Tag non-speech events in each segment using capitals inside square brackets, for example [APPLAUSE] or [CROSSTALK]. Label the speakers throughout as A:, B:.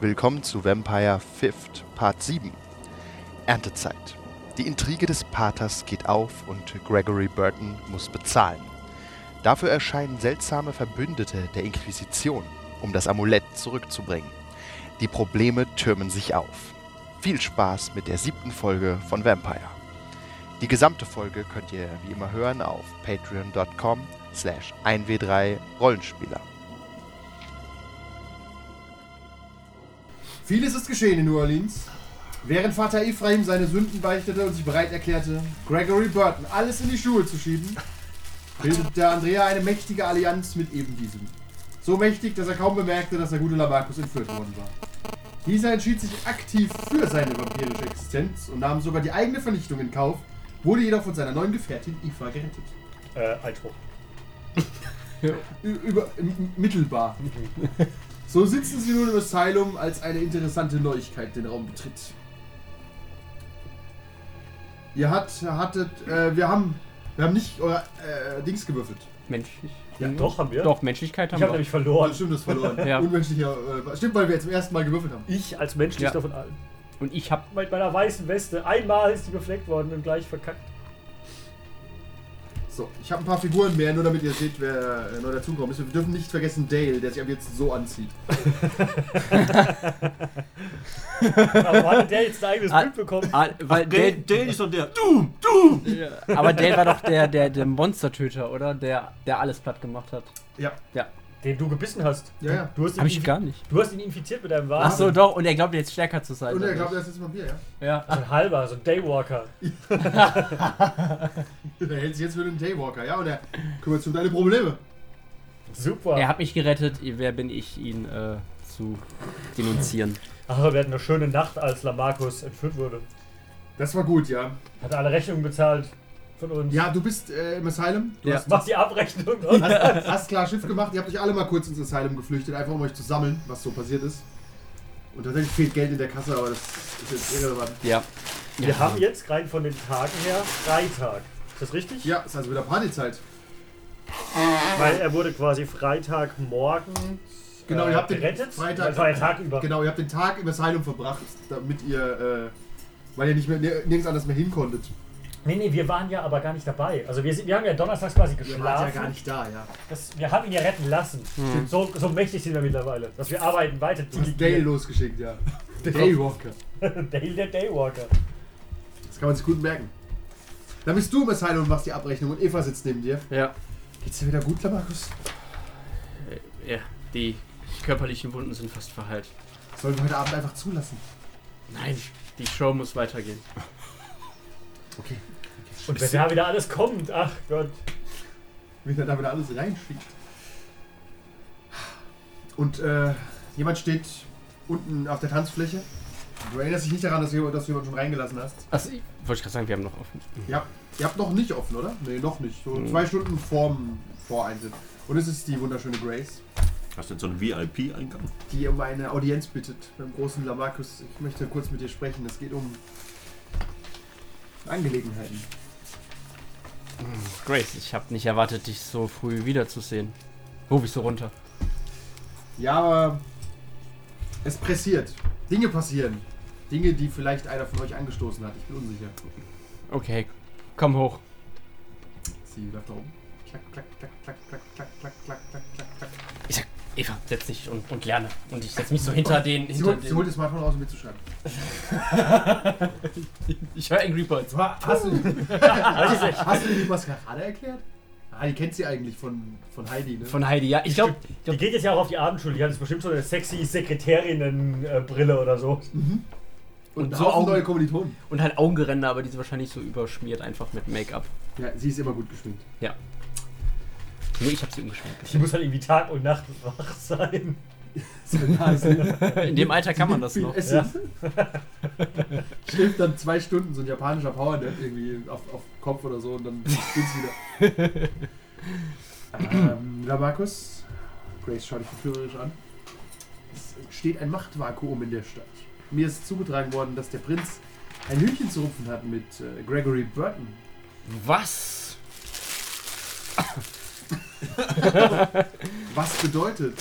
A: Willkommen zu Vampire 5th Part 7. Erntezeit. Die Intrige des Paters geht auf und Gregory Burton muss bezahlen. Dafür erscheinen seltsame Verbündete der Inquisition, um das Amulett zurückzubringen. Die Probleme türmen sich auf. Viel Spaß mit der siebten Folge von Vampire. Die gesamte Folge könnt ihr wie immer hören auf patreon.com slash 1w3 Rollenspieler.
B: Vieles ist geschehen in New Orleans. Während Vater Ephraim seine Sünden beichtete und sich bereit erklärte, Gregory Burton alles in die Schuhe zu schieben, bildete Andrea eine mächtige Allianz mit eben diesem. So mächtig, dass er kaum bemerkte, dass der gute Lamarcus entführt worden war. Dieser entschied sich aktiv für seine vampirische Existenz und nahm sogar die eigene Vernichtung in Kauf, wurde jedoch von seiner neuen Gefährtin Eva gerettet.
C: Äh, Einspruch.
B: Ü- Über, m- mittelbar. So sitzen sie nun im Asylum, als eine interessante Neuigkeit den Raum betritt. Ihr hat, hattet, äh, wir haben, wir haben nicht euer äh, Dings gewürfelt.
D: Menschlich.
C: Ja,
B: Mhm.
C: doch, haben wir.
D: Doch, Menschlichkeit haben
C: Ich habe
D: wir.
C: nämlich verloren.
B: Stimmt, das ist verloren.
D: Ja.
B: Unmenschlicher, äh, stimmt, weil wir jetzt zum ersten Mal gewürfelt haben.
C: Ich als menschlich
D: Ja.
C: davon allen.
D: Und ich habe
C: Mit meiner weißen Weste. Einmal ist sie befleckt worden und gleich verkackt.
B: So, ich habe ein paar Figuren mehr, nur damit ihr seht, wer äh, neu dazugekommen ist. Wir dürfen nicht vergessen Dale, der sich ab jetzt so anzieht.
C: Aber wo hat der jetzt ein eigenes
D: [LAUGHS] Ah.
C: Bild bekommen?
D: Ah, weil
E: Der,
D: Dale,
E: der ist doch der. Du, du.
D: aber Dale war doch der, der, der Monstertöter, oder? Der, der alles platt gemacht hat.
B: Ja,
C: Den du gebissen hast.
B: ja, ja.
C: Du hast, ihn
D: Hab ich
C: infi-
D: gar nicht.
C: du hast ihn infiziert mit deinem Wagen.
D: Ach so, doch. Und er glaubt jetzt stärker zu sein.
B: Und er
D: dadurch.
B: glaubt, er ist jetzt ein Vampir, ja.
D: ja.
C: So ein halber, so ein Daywalker.
B: [LAUGHS] Er hält sich jetzt für den Daywalker, ja, und er kümmert sich um deine Probleme.
C: Super.
D: Er hat mich gerettet. Wer bin ich, ihn äh, zu denunzieren?
C: Ach, wir hatten eine schöne Nacht, als Lamarcus entführt wurde.
B: Das war gut, ja.
C: Hat alle Rechnungen bezahlt von uns.
B: Ja, du bist äh, im Asylum. Du
D: Ja.
B: hast,
C: Mach die Abrechnung. Und
B: hast, hast klar Schiff gemacht. Ihr habt euch alle mal kurz ins Asylum geflüchtet, einfach um euch zu sammeln, was so passiert ist. Und tatsächlich fehlt Geld in der Kasse, aber das ist jetzt irrelevant.
D: Ja.
C: Wir haben jetzt rein von den Tagen her Freitag. Ist das richtig?
B: Ja, ist also wieder Partyzeit.
C: Weil er wurde quasi Freitagmorgen äh,
B: Genau, ihr habt den
C: gerettet.
B: Freitag-
C: Das war der Tag über.
B: Genau, ihr habt den Tag im Asylum verbracht, damit ihr, äh, weil ihr nicht mehr nir- nirgends anders mehr hinkonntet.
C: Nee, nee, wir waren ja aber gar nicht dabei. Also wir, sind, wir haben ja donnerstags quasi geschlafen.
B: nicht Hm. da, ja.
C: das, wir haben ihn ja retten lassen. So, so mächtig sind wir mittlerweile, dass wir arbeiten weiter.
B: Du hast Dale losgeschickt, ja. Daywalker.
C: Dale der Daywalker.
B: Das kann man sich gut merken. Dann bist du im Asylum und machst die Abrechnung und Eva sitzt neben dir.
D: Ja.
B: Geht's dir wieder gut, Lamarcus?
D: ja. Die körperlichen Wunden sind fast verheilt.
B: Sollen wir heute Abend einfach zulassen?
D: Nein, die Show muss weitergehen.
B: Okay.
C: Und wenn da wieder alles kommt, ach Gott.
B: Wenn er da wieder alles reinschiebt. Und äh, jemand steht unten auf der Tanzfläche. Du erinnerst dich nicht daran, dass du, dass du jemanden schon reingelassen hast.
D: Achso, ich wollte gerade sagen, wir haben noch offen.
B: Ihr habt noch nicht offen, oder? Nee, noch nicht. So zwei Stunden vorm Voreintritt. Und es ist die wunderschöne Grace,
E: Hast du jetzt so einen VIP-Eingang?
B: die um eine Audienz bittet beim großen Lamarcus. Ich möchte kurz mit dir sprechen. Es geht um Angelegenheiten.
D: Grace, ich habe nicht erwartet, dich so früh wiederzusehen. Wo bist du runter?
B: Ja, aber es pressiert. Dinge passieren. Dinge, die vielleicht einer von euch angestoßen hat. Ich bin unsicher.
D: Okay, komm hoch.
B: Sie läuft da oben. Klack, klack, klack, klack, klack, klack, klack, klack, klack, klack, klack.
D: Ich sag, Eva, setz dich und, und lerne. Und ich setz mich so hinter den.
B: Sie
D: Hinter
B: holt, sie holt
D: den
B: das Smartphone raus, um [LAUGHS] mitzuschreiben.
D: ich höre Angry Birds.
B: Hast du, hast du dir die Maskerade erklärt? Ah, die kennt sie eigentlich von, von Heidi, ne?
D: Von Heidi, ja. Ich glaube,
C: Die geht jetzt ja auch auf die Abendschule. Die hat jetzt bestimmt so eine sexy Sekretärinnenbrille oder
B: [LAUGHS]
C: so.
B: und
D: und
B: und
D: so
B: auch
D: Augen-
B: neue Kommilitonen.
D: und halt Augenränder, aber die sind wahrscheinlich so überschmiert einfach mit Make-up.
B: Ja, sie ist immer gut [LAUGHS] geschminkt.
D: Nur ich habe sie umgeschminkt.
C: Die muss halt irgendwie Tag und Nacht wach sein.
D: In dem Alter kann man das noch.
B: Es
C: Ja.
B: [LAUGHS] Schläft dann zwei Stunden so ein japanischer Powernap irgendwie auf, auf Kopf oder so und dann geht's wieder. ähm, da Markus, Grace schaut dich verführerisch an. Es steht ein Machtvakuum in der Stadt. Mir ist zugetragen worden, dass der Prinz ein Hühnchen zu rupfen hat mit äh, Gregory Burton.
D: Was?
B: Was bedeutet,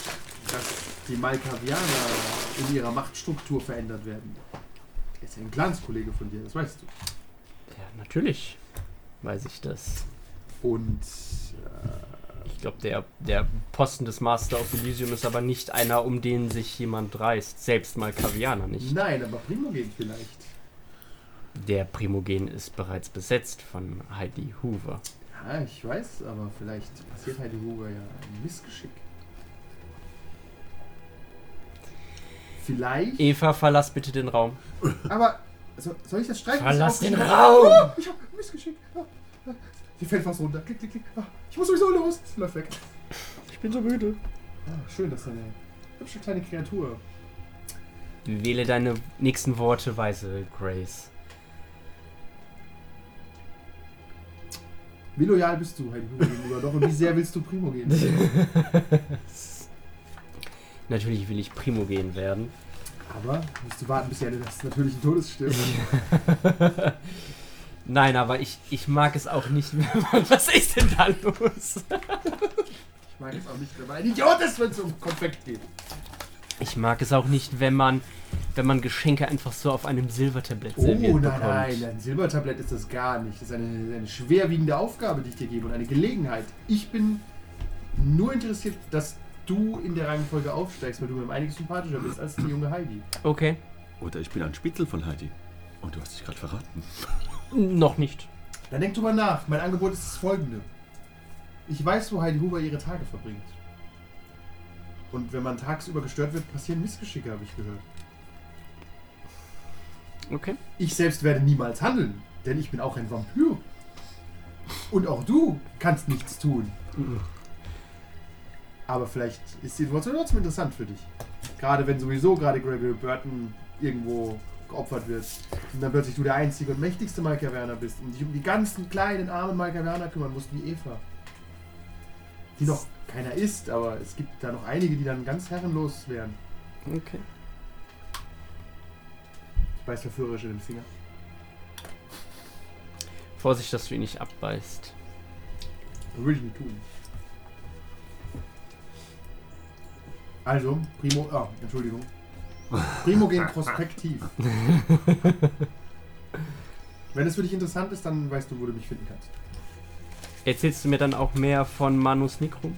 B: dass die Malkavianer
F: in ihrer Machtstruktur verändert werden. Er ist ja ein Glanzkollege von dir, das weißt du.
D: Ja, natürlich weiß ich das.
F: Und äh,
D: Ich glaube, der, der Posten des Master of Elysium ist aber nicht einer, um den sich jemand reißt. Selbst mal Kavianer
F: äh,
D: nicht.
F: nein, aber Primogen vielleicht.
D: Der Primogen ist bereits besetzt von Heidi Hoover.
F: Ja, ich weiß, aber vielleicht passiert Heidi Huber ja ein Missgeschick. Vielleicht.
D: Eva, verlass bitte den Raum.
F: Aber so, soll ich das streichen?
D: Verlass
F: Ich
D: den
F: hab- Oh,
D: Raum!
F: Ich hab ein Missgeschick. Ah, ah, Sie fällt fast runter. Klick, klick, klick. Ah, Ich muss sowieso los. Sie läuft weg.
D: Ich bin so müde.
F: Ah, schön, dass eine hübsche kleine Kreatur.
D: Wähle deine nächsten Worte weise, Grace.
F: Wie loyal bist du Heidi Huber gegenüber doch und wie sehr willst du Primo gehen?
D: [LAUGHS] Natürlich will ich Primogen werden. [LAUGHS]
F: Aber musst du warten, bis sie eine des natürlichen Todes stirbt.
D: Nein, aber ich, ich mag es auch nicht [LAUGHS] mehr. Was ist denn da los?
F: Ich mag es auch nicht, wenn man ein Idiot ist, wenn es um Konfekt geht.
D: Ich mag es auch nicht, wenn man, wenn man Geschenke einfach so auf einem Silbertablett serviert
F: oh nein,
D: bekommt.
F: nein, ein Silbertablett ist das gar nicht. Das ist eine, eine schwerwiegende Aufgabe, die ich dir gebe und eine Gelegenheit. Ich bin nur interessiert, dass du in der Reihenfolge aufsteigst, weil du mir um einiges sympathischer bist als die junge Heidi.
D: Okay,
E: Oder ich bin ein Spitzel von Heidi. Und du hast dich gerade verraten.
D: noch nicht.
F: Dann denk drüber nach. Mein Angebot ist das folgende. Ich weiß, wo Heidi Huber ihre Tage verbringt. Und wenn man tagsüber gestört wird, passieren Missgeschicke, habe ich gehört.
D: Okay.
F: Ich selbst werde niemals handeln, denn ich bin auch ein Vampir. Und auch du kannst nichts tun. Aber vielleicht ist die Situation trotzdem interessant für dich. Gerade wenn sowieso gerade Gregory Burton irgendwo geopfert wird und dann plötzlich du der einzige und mächtigste Mike Werner bist und dich um die ganzen kleinen armen Mike Werner kümmern musst wie Eva. Die noch keiner ist, aber es gibt da noch einige, die dann ganz herrenlos wären.
D: Okay.
F: Ich weiß verführerisch in den Finger.
D: Vorsicht, dass du ihn nicht abbeißt.
F: Das will ich nicht tun. Also, Primo, ah, Entschuldigung. Primo gegen Prospektiv. Wenn es für dich interessant ist, dann weißt du, wo du mich finden kannst.
D: Erzählst du mir dann auch mehr von Manus Nikrum?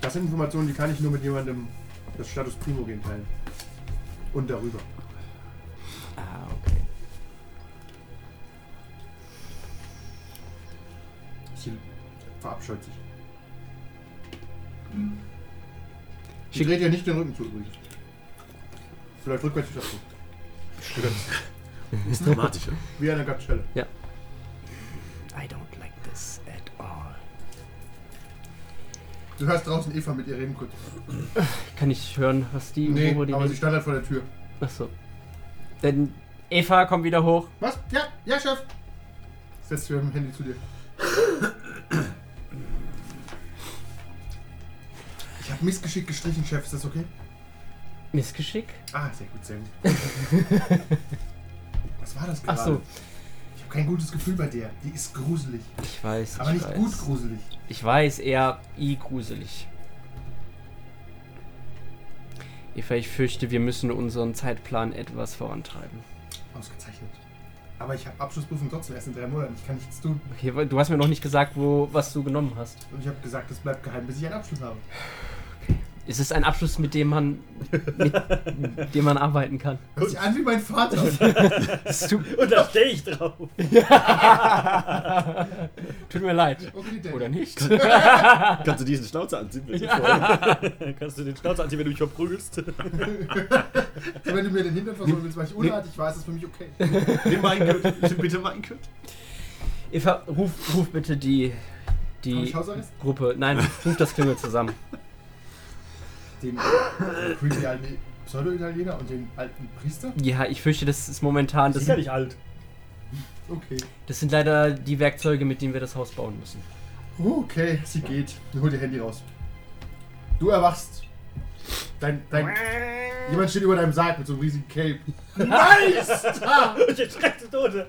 F: Das sind Informationen, die kann ich nur mit jemandem das Status Primo gehen teilen. Und darüber.
D: Ah, okay.
F: Sie verabscheut sich. Sie
D: Schick-
F: dreht ja nicht den Rücken zu übrigens. Vielleicht rückwärts wieder zu.
E: Ist dramatischer.
F: Wie eine Gattstelle.
D: I don't like this at all.
F: Du hörst draußen Eva mit ihr reden kurz.
D: Kann ich hören, was die
F: Nee,
D: worüber die
F: aber
D: reden?
F: sie stand halt vor der Tür.
D: Achso. Denn Eva, komm wieder hoch.
F: Was? Ja, ja, Chef. Setzt sich mit dem Handy zu dir. Ich habe Missgeschick gestrichen, Chef. Ist das okay?
D: Missgeschick?
F: Ah, sehr gut, sehr gut. [LAUGHS] Was war das gerade?
D: Achso.
F: Ich habe kein gutes Gefühl bei der. Die ist gruselig.
D: Ich weiß.
F: Aber
D: ich
F: nicht
D: weiß.
F: gut gruselig.
D: Ich weiß, eher i gruselig. Eva, ich fürchte, wir müssen unseren Zeitplan etwas vorantreiben.
F: Ausgezeichnet. Aber ich habe Abschlussprüfung trotzdem erst in drei Monaten. Ich kann nichts tun.
D: Okay, weil du hast mir noch nicht gesagt, wo, was du genommen hast.
F: Und ich habe gesagt, es bleibt geheim, bis ich einen Abschluss habe.
D: Es ist ein Abschluss, mit dem man, [LAUGHS] mit dem man arbeiten kann.
F: Hört sich an wie mein Vater.
D: Es tut,
C: Und da stehe ich drauf.
D: [LAUGHS] tut mir leid.
F: Okay, Daddy.
D: Oder nicht?
E: Kannst du diesen Schnauzer anziehen, bitte?
C: Kannst du den Schnauze anziehen, wenn du mich verprügelst?
F: So, wenn du mir den Hintern versohlen willst, weil ich unartig war, ist das für mich okay.
E: Nimm meinen Gürtel. Nimm bitte meinen Gürtel.
D: Eva, ruf, ruf bitte die,
F: Hab
D: die
F: ich Hausarrest?
D: Gruppe. Nein, ruf das Klingel zusammen.
F: den creepy alten Pseudo-Italiener und den alten Priester?
D: Ja, ich fürchte, das ist momentan. Das
C: Das ist ja
D: sind,
C: nicht alt.
F: Okay.
D: das sind leider die Werkzeuge, mit denen wir das Haus bauen müssen.
F: Okay, sie geht. Hol dir Handy raus. Du erwachst. Dein, dein, Jemand steht über deinem Sarg mit so einem riesigen Cape. Meister!
C: Ich erschrecke zu Tode.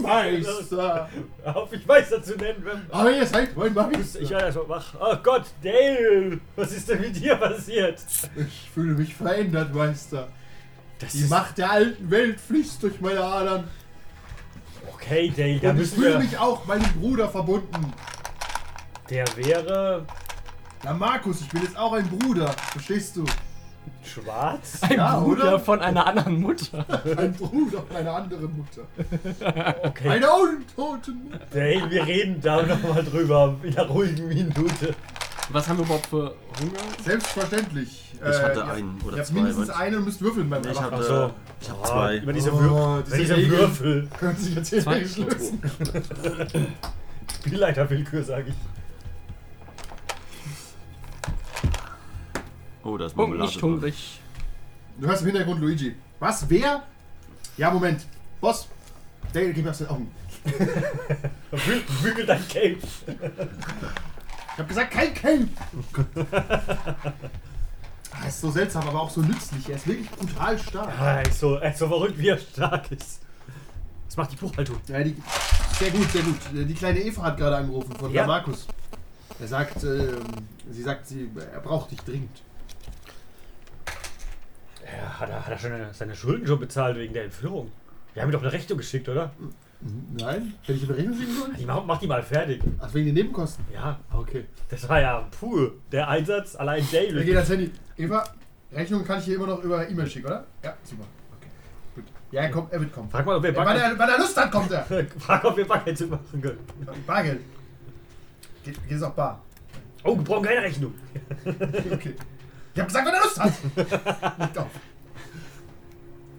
F: Meister!
C: Ah, Auf, ich weiß dazu nennen. Wenn,
F: Aber ihr seid mein
C: ich
F: Meister.
C: war ja schon wach. Oh Gott, Dale, was ist denn mit dir passiert?
F: Ich fühle mich verändert, Meister.
C: Das
F: Die Macht der alten Welt fließt durch meine Adern.
C: Okay, Dale, da
F: und ich
C: müssen
F: fühle
C: wir.
F: mich auch meinem Bruder verbunden.
C: Der wäre
F: Na, Markus, ich bin jetzt auch ein Bruder. Verstehst du?
C: schwarz.
D: Ein
F: Ja,
D: Bruder
F: Ah, oder?
D: von einer anderen Mutter.
F: Ein Bruder einer anderen Mutter.
C: Okay,
F: Einer untoten Mutter.
C: Dale, wir reden da nochmal drüber in einer ruhigen Minute.
D: Was haben wir überhaupt für Hunger?
F: Selbstverständlich. äh,
E: Ich hatte einen oder
F: ihr habt
E: zwei,
F: mindestens
E: weiß-
F: einen und müsst würfeln beim
E: Ich
F: Erwachen.
E: hatte,
C: so.
E: ich habe
C: Oh,
E: zwei.
C: Über diese,
F: Oh,
C: Wür über
F: diese
C: diese
F: Regeln.
C: Würfel.
F: Können Sie jetzt hier
D: Zwei.
F: schlüsseln?
C: Spielleiterwillkür, sage ich.
E: Oh, da ist
D: Oh,
E: Marmelade.
D: nicht hungrig.
F: Du hörst im Hintergrund Luigi. Was? Wer? Ja, Moment. Boss. Dale, gib mir aus den Augen.
C: Wü- Bügel dein Cape.
F: Ich hab gesagt, kein Kelp. [LAUGHS] Ah, ist so seltsam, aber auch so nützlich. Er ist wirklich brutal stark.
C: Ah, er ist so, er ist so verrückt, wie er stark ist. Das macht die Buchhaltung.
F: Ja, die, sehr gut, sehr gut. Die kleine Eva hat gerade angerufen von
C: Ja.
F: Markus. Er sagt, ähm, sie sagt, sie, er braucht dich dringend.
C: Ja, hat er, hat er schon seine Schulden schon bezahlt wegen der Entführung? Wir haben ihm doch eine Rechnung geschickt, oder?
F: Nein? Hätte ich eine Rechnung schicken sollen?
C: Die mach, mach die mal fertig.
F: Ach, wegen den Nebenkosten.
C: Ja,
F: Ah, Okay.
C: das war ja pur. Der Einsatz allein
F: Da geht
C: David.
F: das Handy. Eva, Rechnung kann ich hier immer noch über E-Mail schicken, oder? Ja, super. Okay. Gut. Ja, er, kommt, er wird kommen.
C: Frag mal, ob wir
F: Ja, Wann
C: Bargeld,
F: er, wann er Lust hat, kommt er.
C: [LAUGHS] frag, ob wir Bargeld zu machen können.
F: Bargeld. Geht, geht es auch bar.
C: Oh, wir brauchen keine Rechnung.
F: Okay. Ich hab gesagt, wenn er Lust hat. Legt auf.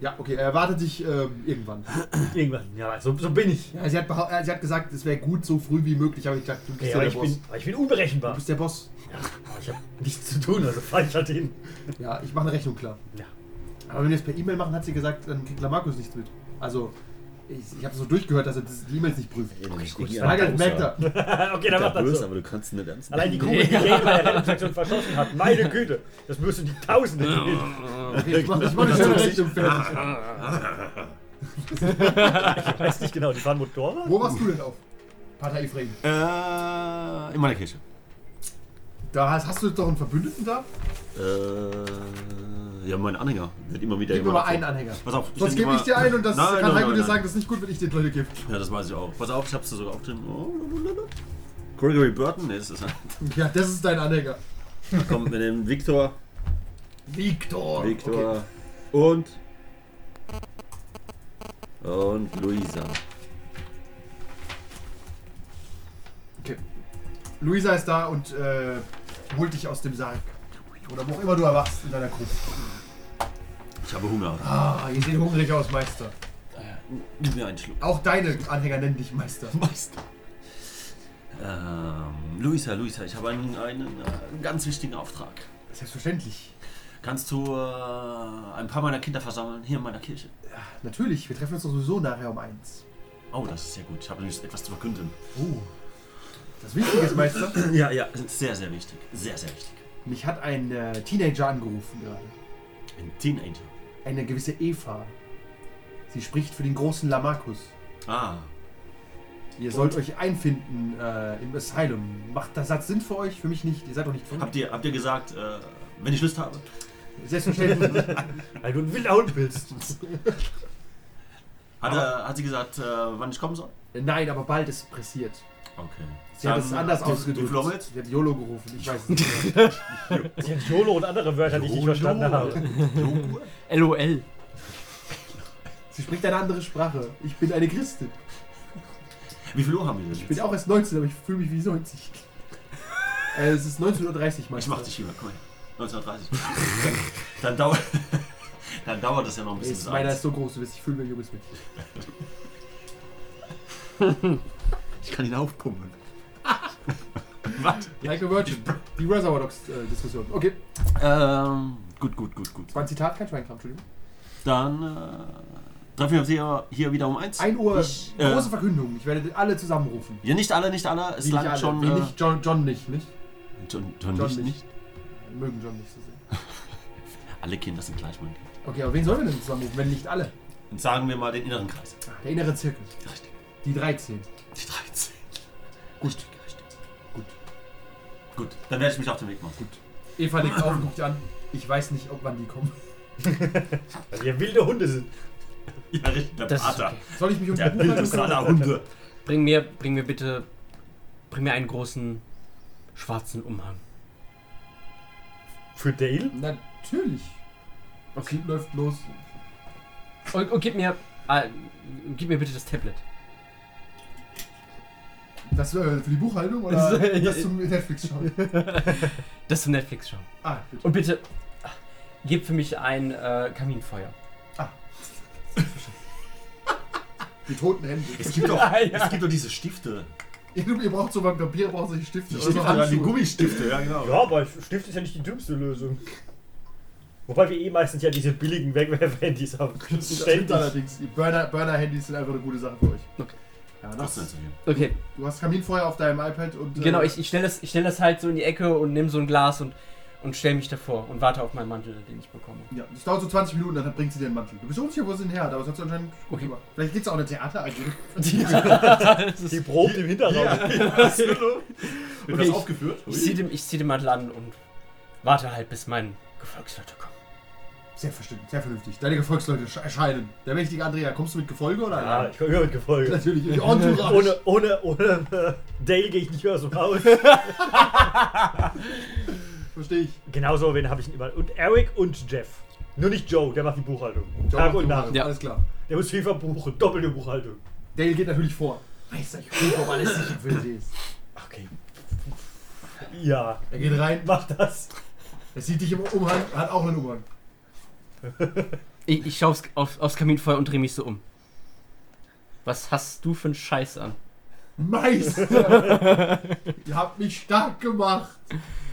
F: Ja, okay, er erwartet dich ähm, irgendwann.
C: Irgendwann. Ja, so, so bin ich.
F: Ja, sie, hat behau- äh, sie hat gesagt, es wäre gut so früh wie möglich, aber ich dachte, du bist
C: Okay,
F: ja
C: aber,
F: der
C: ich
F: Boss.
C: bin, aber ich bin
F: du
C: unberechenbar.
F: bist der Boss.
C: Aber ich habe nichts zu tun, also fall ich halt hin.
F: Ja, ich mache eine Rechnung klar.
C: Ja.
F: Aber wenn wir es per E-Mail machen, hat sie gesagt, dann kriegt Lamarcus nichts mit. Also, ich, ich habe so durchgehört, dass er das- die E-Mails nicht prüft. Bargeld merkt er.
C: okay, dann
E: Da
C: mach das
E: böse,
C: so.
E: aber du kannst nicht ernst
C: Allein die Kugel, die Geld bei der Rettungsaktion verschossen hat. Meine Güte, das müssen die Tausende geben.
F: Okay, ich mache mach eine schöne Rechnung fertig.
C: Ich weiß nicht genau, die fahren Motorrad?
F: Wo warst du denn auf? Pater Ephraim.
E: Äh, in meiner Kirche.
F: Da hast, hast du doch einen Verbündeten da?
E: Äh, ja, mein Anhänger. Wird immer wieder
F: Gib mir mal
E: jemand-
F: einen Anhänger.
E: Pass auf,
F: Sonst
E: denk
F: gebe ich dir einen und das
E: Nein,
F: kann
E: nein,
F: Heiko
E: nein,
F: dir
E: nein.
F: sagen, das ist nicht gut, wenn ich den Leute gebe.
E: Ja, das weiß ich auch. Pass auf, ich hab's da sogar auch drin. Oh, lalalala. Gregory Burton? Nee, das ist
F: Ja, das ist dein Anhänger.
E: Kommt mit dem Victor. [LAUGHS]
F: Victor.
E: Victor. Und. Und Luisa.
F: Okay. okay. Luisa ist da und äh, holt dich aus dem Sarg. Oder wo auch immer du erwachst in deiner Gruppe.
E: Ich habe Hunger.
F: Ah, ihr seht hungrig aus, Meister.
E: Gib mir einen Schluck.
F: Auch deine Anhänger nennen dich Meister.
E: Meister. Ähm, Luisa, Luisa, ich habe einen, einen äh, ganz wichtigen Auftrag.
F: Selbstverständlich.
E: Kannst du äh, ein paar meiner Kinder versammeln hier in meiner Kirche?
F: Natürlich, wir treffen uns doch sowieso nachher um eins.
E: Oh, das ist sehr gut. Ich habe nämlich etwas zu verkünden.
F: Uh. Das Wichtige ist, Meister,
E: Ja, ja, sehr, sehr wichtig. Sehr, sehr wichtig.
F: mich hat ein äh, Teenager angerufen gerade.
E: Ein Teenager.
F: Eine gewisse Eva. Sie spricht für den großen Lamarcus.
E: Ah,
F: Ihr sollt euch einfinden äh, im Asylum. Macht der Satz Sinn für euch? Für mich nicht. Ihr seid doch nicht von
E: habt ihr, habt ihr gesagt, äh, wenn ich Lust habe?
F: Selbstverständlich. [LAUGHS]
C: Weil du ein wilder Hund bist.
E: Hat, er, hat sie gesagt, äh, wann ich kommen soll?
F: Nein, aber bald ist es pressiert.
E: Okay.
F: Sie hat es anders
E: die, Die Flo
F: ausgedrückt.
E: jetzt?
F: Sie hat YOLO gerufen. Ich weiß nicht.
E: [LAUGHS]
C: Sie hat YOLO und andere Wörter, die ich nicht verstanden habe.
D: LOL.
F: Sie spricht eine andere Sprache. Ich bin eine Christin.
E: Wie viel Uhr haben wir denn
F: Ich bin
E: jetzt?
F: auch erst 19, aber ich fühle mich
E: [LAUGHS]
F: wie 90. äh, es ist 19.30 Uhr,
E: Ich mach dich hier, komm her. [LAUGHS] 1930. dann, dauert, [LAUGHS] dann dauert das ja noch ein bisschen.
F: Ist,
E: bis
F: meiner
E: eins.
F: ist so groß, du bist, ich fühle mich ein junges Mädchen.
E: Ich kann ihn aufpumpen.
F: Like a Virgin. Die Reservoir Dogs äh, Diskussion. Okay,
E: Ähm, gut, gut, gut, gut.
F: das war ein Zitat, kein Schweinkram, Entschuldigung.
E: Dann äh, treffen wir uns hier, hier wieder um eins.
F: 1 Uhr,
E: Ich, äh,
F: große Verkündung. Ich werde alle zusammenrufen.
E: Ja, nicht alle, nicht alle. Es
F: Wie
E: langt
F: alle.
E: schon.
F: Wie
E: Äh,
F: nicht, John, John nicht, nicht?
E: John, John,
F: John
E: nicht,
F: nicht.
E: nicht.
F: Mögen John nicht so sehr.
E: Alle Kinder sind gleich mein Kind.
F: Okay, aber wen sollen wir denn zusammenrufen, wenn nicht alle?
E: Und sagen wir mal den inneren Kreis.
F: Der innere Zirkel.
E: Richtig.
F: Die 13.
E: Die 13.
F: Gut.
E: Richtig. Gut. Gut, dann werde ich mich auf den Weg machen. Gut.
F: Eva legt auf, guckt dich an. Ich weiß nicht, ob wann die kommen.
C: Weil wir wilde Hunde sind.
E: Ja, richtig, der
D: Das ist
E: Vater.
D: okay.
F: Soll ich mich [LAUGHS] um
E: Der
F: den Buch
E: wildeste aller Hunde.
D: Bring mir, bring mir bitte, bring mir einen großen schwarzen Umhang.
C: Für Dale?
F: Natürlich. Okay. läuft los.
D: Und, und gib mir, äh, gib mir bitte das Tablet.
F: Das äh, für die Buchhaltung oder das zum Netflix schauen?
D: Das zum Netflix schauen.
F: Ah, bitte.
D: Und bitte, ah, gib für mich ein äh, Kaminfeuer.
F: Die toten Hände. [LAUGHS]
E: Es
C: [LAUGHS]
E: gibt doch,
D: Ja, ja.
E: es gibt doch diese Stifte.
F: Ihr, ihr braucht so beim Papier braucht solche Stifte.
E: Die
F: oder so
E: Stifte oder die
F: Handschuhe.
E: Gummistifte, ja genau.
C: Ja, aber Stift ist ja nicht die dümmste Lösung. Wobei wir eh meistens ja diese billigen Wegwerf-Handys haben.
F: Das stimmt
C: Ständig.
F: allerdings. Die Burner- Burner-Handys sind einfach eine gute Sache für euch.
D: Okay.
F: Ja,
E: Das
F: das,
E: ist nicht
D: Okay,
F: du hast Kaminfeuer auf deinem iPad und. äh,
D: genau, ich, ich stelle das, ich stell das halt so in die Ecke und nimm so ein Glas und, und stell mich davor und warte auf meinen Mantel, den ich bekomme.
F: Ja, das dauert so 20 Minuten, dann bringt sie dir den Mantel. Du bist unsicher, wo sie ihn her hat, aber das hat sie anscheinend gut
D: Okay.
F: gemacht. Vielleicht geht's auch in eine Theater AG.
D: Das ist-
C: Die probt im Hinterraum.
E: viel. Wird
D: Okay,
E: das
D: ich-
E: aufgeführt?
D: ich ziehe den, ich zieh den Mantel an und warte halt, bis mein Gefolgsleute kommen.
F: Sehr verständlich, sehr vernünftig. Deine Gefolgsleute sch- erscheinen. Der mächtige Andrea, kommst du mit Gefolge oder?
C: Ja, ich komme immer mit Gefolge.
F: [LAUGHS] Natürlich,
C: [LAUGHS]
F: ich Entourage.
C: Ohne, ohne, ohne äh, Dale gehe ich nicht mehr aus dem Haus.
F: Verstehe ich.
C: Genauso, wen habe ich denn überall? Und Eric und Jeff. Nur nicht Joe, der macht die Buchhaltung.
F: Job
C: Tag und
F: und
C: Nacht.
F: Buchhaltung,
D: Ja.
F: Alles klar.
C: Der muss viel verbuchen. Doppelte Buchhaltung.
F: Dale geht natürlich vor. Weiß ich, ob alles sicher für sie ist.
C: Okay. Ja,
F: Er geht rein,
C: mach das.
F: er sieht dich im Umhang, hat auch einen Umhang.
D: Ich, ich schaue aufs, auf, aufs Kaminfeuer und drehe mich so um. Was hast du für einen Scheiß an?
C: [LAUGHS]
F: Meister! Ihr habt mich stark gemacht.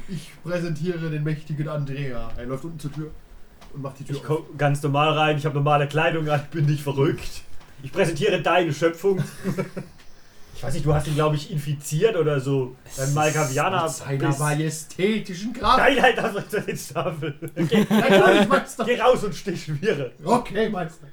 F: Ich präsentiere den mächtigen Andrea. Er läuft unten zur Tür und macht die Tür
C: Ich
F: auf.
C: komme ganz normal rein, ich habe normale Kleidung an, bin nicht verrückt. Ich präsentiere deine Schöpfung. Ich weiß nicht, du hast ihn, glaube ich, infiziert oder so. Dein Malkavianer.
F: Mit seiner majestätischen Kraft.
C: Nein, halt das ist doch jetzt Tafel. Geh,
F: Natürlich, Meister.
C: geh raus und stich Schmiere.
F: Okay, Meister.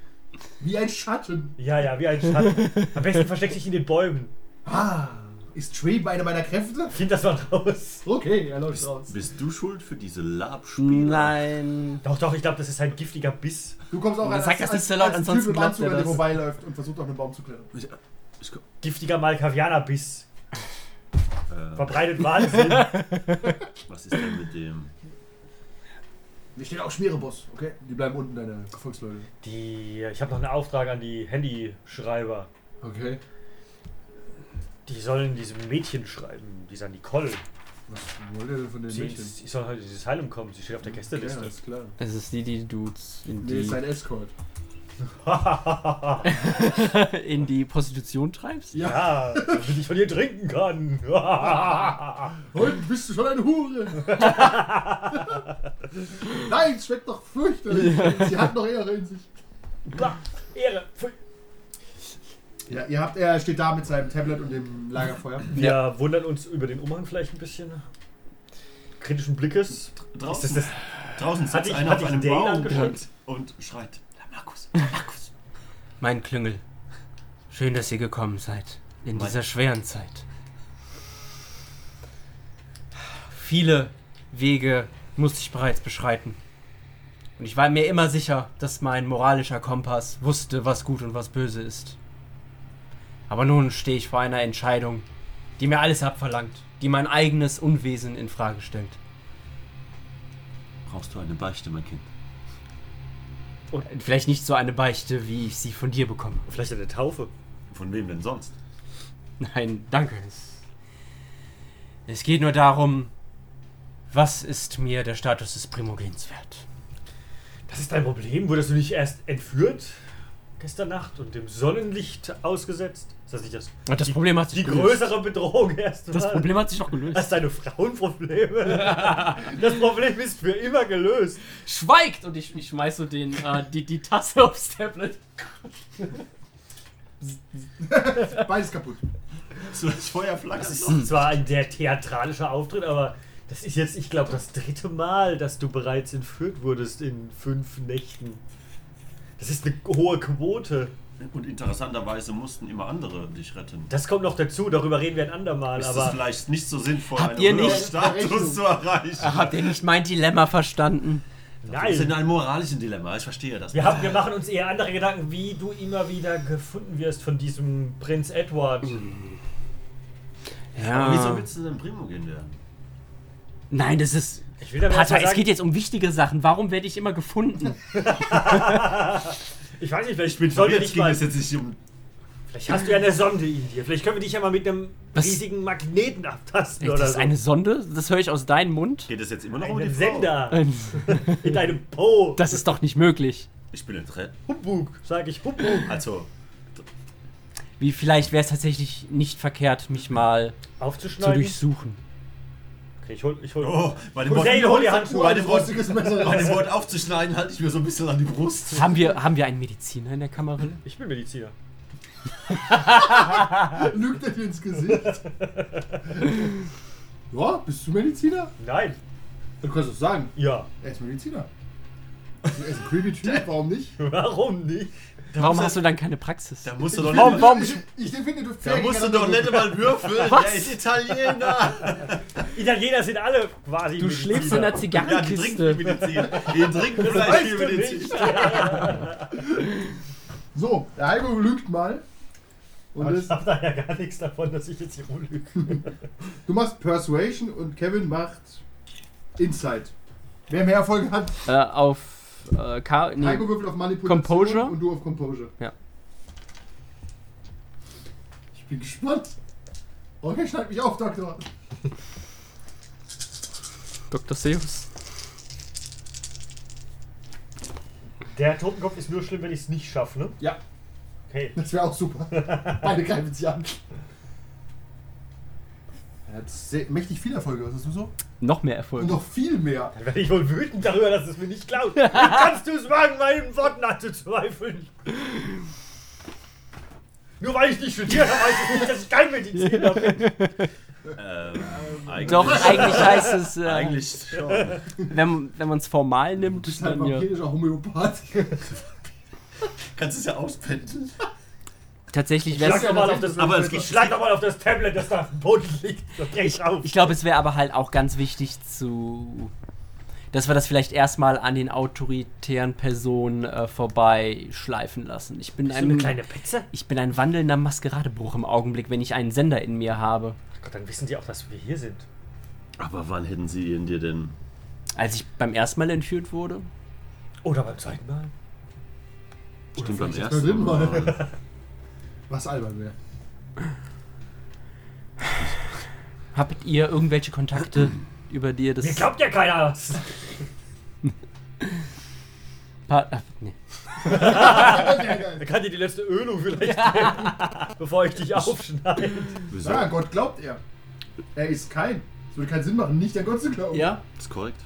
F: Wie ein Schatten.
C: Ja, ja, wie ein Schatten. Am besten versteck dich in den Bäumen.
F: Ah, ist Schweben eine meiner Kräfte?
C: Find das mal raus.
F: Okay, er läuft raus.
E: Bist, bist du schuld für diese Labspiele?
D: Nein.
C: Doch, doch, ich glaube, das ist ein giftiger Biss.
F: Du kommst auch
D: Dann sag das nicht so laut, ansonsten
F: Typ im
D: glaubt
F: Anzug,
D: er
F: an dir
D: das.
F: vorbeiläuft und versucht auf einen Baum zu klettern.
E: Ich, ich, komm-
C: Giftiger Malkavianer-Biss.
E: äh,
C: Verbreitet Wahnsinn.
E: was ist denn mit dem?
F: Hier steht auch Schmiereboss, okay? Die bleiben unten, deine Gefolgsleute.
C: Die, ich habe noch einen Auftrag an die Handyschreiber.
F: Okay.
C: Die sollen diesem Mädchen schreiben, dieser Nicole.
F: Was wollt ihr denn von den
C: Sie,
F: Mädchen? Mhm.
C: sie soll heute dieses Heilung kommen. Sie steht auf der
F: Ja,
C: Gästeliste.
F: ist klar.
D: Es ist die, die du z- in
F: Nee, ist
D: die,
F: ein Escort.
C: [LAUGHS] Ja,
D: [LAUGHS] in die Prostitution treibst?
C: damit ich von ihr trinken kann. [LAUGHS]
F: Heute bist du schon
D: [LAUGHS]
F: eine Hure! Nein, es schmeckt doch fürchterlich! Sie hat noch Ehre in sich.
C: Bah, Ehre. Pfui.
F: Ja, ihr habt, er steht da mit seinem Tablet und dem Lagerfeuer.
C: Wir wundern uns über den Umhang vielleicht ein bisschen. Kritischen Blickes. Ist das
E: Draußen,
C: das
E: draußen
C: Hat
E: sitzt
C: ich-
E: einer
C: hat
E: auf
C: ich
E: einem
C: Dale
E: Baum
C: angeschaut?
E: und, und schreit. "Der Markus, der Markus.
D: Mein Klüngel. Schön, dass ihr gekommen seid. In
E: Mein-
D: dieser schweren Zeit. Viele Wege musste ich bereits beschreiten. Und ich war mir immer sicher, dass mein moralischer Kompass wusste, was gut und was böse ist. Aber nun stehe ich vor einer Entscheidung, die mir alles abverlangt, die mein eigenes Unwesen in Frage stellt.
E: Brauchst du eine Beichte, mein Kind?
D: Und vielleicht nicht so eine Beichte, wie ich sie von dir bekomme.
C: Vielleicht eine Taufe.
E: Von wem denn sonst? [LAUGHS]
D: Nein, danke. Es- Es geht nur darum, was ist mir der Status des Primogens wert?
C: Das ist dein Problem. Wurdest du nicht erst entführt? Gestern Nacht und dem Sonnenlicht ausgesetzt? Ist das nicht das,
D: Und das
C: die,
D: Problem hat sich
C: die
D: gelöst.
C: größere Bedrohung erst
D: Das
C: mal?
D: Problem hat sich doch
C: Hast
D: gelöst.
C: deine Frauenprobleme? Das Problem ist für immer gelöst.
D: [LAUGHS] Schweigt! Und ich, ich schmeiß so den, äh, die, die Tasse aufs Tablet.
F: Beides kaputt.
E: So das Feuer flackert Hm.
C: Zwar ein sehr theatralischer Auftritt, aber Das ist jetzt, ich glaube, das dritte Mal, dass du bereits entführt wurdest in fünf Nächten. Das ist eine hohe Quote.
E: Und interessanterweise mussten immer andere dich retten.
C: Das kommt noch dazu, darüber reden wir ein andermal,
E: Ist es
C: aber
E: vielleicht nicht so sinnvoll,
D: Habt ihr
E: hohen
D: nicht-
E: Status zu erreichen?
D: Ach, habt ihr nicht mein Dilemma verstanden?
E: Wir sind in
C: nein.
E: einem moralischen Dilemma, ich verstehe das.
C: Wir, haben, wir machen uns eher andere Gedanken, wie du immer wieder gefunden wirst von diesem Prinz Edward.
E: Mhm. Aber Wieso
C: Ah.
D: Ja.
E: willst du denn Primo gehen werden?
D: Nein, das ist.
C: Ich will damit erst
D: Pater,
C: mal
D: es
C: sagen,
D: geht jetzt um wichtige Sachen. Warum werde ich immer gefunden?
C: ich weiß nicht, vielleicht sollen wir
E: Jetzt
C: dich
E: ging
C: mal.
E: es jetzt nicht um
C: Vielleicht hast du ja eine Sonde in dir. Vielleicht können wir dich ja mal mit einem
D: Was?
C: riesigen Magneten abtasten
D: Ist
C: oder
D: das
C: so.
D: eine Sonde? Das höre ich aus deinem Mund?
E: Geht es jetzt immer noch um die
C: einen
E: Frau?
C: Sender [LAUGHS]
D: Ähm,
C: in deinem Po.
D: Das ist doch nicht möglich.
E: Ich bin in Trend.
C: Humbug, sag ich Humbug.
E: Also,
D: Wie vielleicht wäre es tatsächlich nicht verkehrt, mich mal zu
C: Aufzuschneiden.
D: durchsuchen.
C: Okay, ich hol, ich hol.
E: oh, bei dem,
C: Hussein,
E: Wort,
C: hol die Handschuhe.
E: Bei dem Wort-
F: Messer
E: bei dem Wort aufzuschneiden halte ich mir so ein bisschen an die Brust.
D: Haben wir, haben wir einen Mediziner in der Kammerille?
C: Ich bin Mediziner.
F: lügt er dir
E: [LAUGHS]
F: ins Gesicht. ja, bist du Mediziner?
C: Nein.
F: Du kannst es sagen.
C: Ja. [LAUGHS]
F: Er ist Mediziner. Er ist ein creepy Typ,
E: [LAUGHS]
F: warum nicht?
C: Warum nicht?
D: Warum hast du dann keine Praxis?
E: Da musst du
F: Ich
E: doch
F: finde,
E: nicht,
F: Ich, ich finde, du
E: da musst du doch nicht mal würfeln.
D: Was?
E: Der ist Italiener.
C: Italiener sind alle quasi.
D: Du schläfst in
C: Mediziner.
D: einer
E: Ja, die trinken die
D: Zigarrenkiste.
E: Medizin. Die trinken
C: Weißt
E: vielleicht die
C: du
E: Medizin.
C: nicht? Ja.
F: So, der Heiko lügt mal. Und
C: Aber ich
F: das,
C: hab da ja gar nichts davon, dass ich jetzt hier rumlüge.
F: du machst Persuasion und Kevin macht Insight. Wer mehr Erfolge hat,
D: Äh, auf äh, Ka nee.
F: Heiko würfelt auf Manipulation
D: Composure?
F: und du auf Composure.
D: Ja.
F: Ich bin gespannt. Okay, schneid mich auf, Doktor.
D: Dr. Seus.
C: Der Totenkopf ist nur schlimm, wenn ich es nicht schaffe, ne?
F: Ja.
C: Okay.
F: Das wäre auch super.
D: [LAUGHS]
F: Beide greifen sich an. Er hat sehr, mächtig viel Erfolge, was hast du so?
D: Noch mehr
F: Und
D: Erfolg.
F: noch viel mehr.
C: Dann werde ich wohl wütend darüber, dass du es mir nicht glaubst. Wie kannst du es wagen, meinen Worten anzuzweifeln? Nur weil ich nicht studiere, heißt es nicht, dass ich kein Mediziner bin.
E: Ähm, eigentlich,
D: Doch, eigentlich heißt es, äh,
E: eigentlich schon.
D: wenn, wenn man es formal
F: Du
D: nimmt,
F: bist halt
D: dann ja.
F: vampirischer
D: [LAUGHS]
F: Homöopath.
E: Kannst es ja auspendeln.
D: Tatsächlich wäre
C: Schlag
D: es.
C: doch mal auf das,
E: Aber es gibt-
C: schlag doch mal auf das Tablet, das da auf dem Boden liegt. Dann geh ich auf.
D: Ich glaube, es wäre aber halt auch ganz wichtig zu. Dass wir das vielleicht erstmal an den autoritären Personen äh, vorbeischleifen lassen. Ich bin,
C: Bist du eine
D: ein,
C: kleine Petze?
D: ich bin ein wandelnder Maskeradebruch im Augenblick, wenn ich einen Sender in mir habe.
C: Ach Gott, dann wissen die auch, dass wir hier sind.
E: Aber wann hätten sie ihn dir denn?
D: Als ich beim ersten Mal entführt wurde,
C: Oder beim zweiten Mal.
E: Stimmt beim
F: beim dritten
E: ersten
F: Mal.
E: Mal.
F: Was albern wäre.
D: habt ihr
C: [CLEARS THROAT]
D: irgendwelche Kontakte, über die ihr das.
C: Mir glaubt ja keiner.
D: Pa äh, nee.
C: Da kann dir die letzte Ölung vielleicht geben, bevor ich dich aufschneide.
E: Wieso?
F: [LAUGHS] Ja, Gott glaubt er. Er ist kein. Es würde keinen Sinn machen, nicht an Gott zu glauben.
D: Ja?
E: Ist korrekt.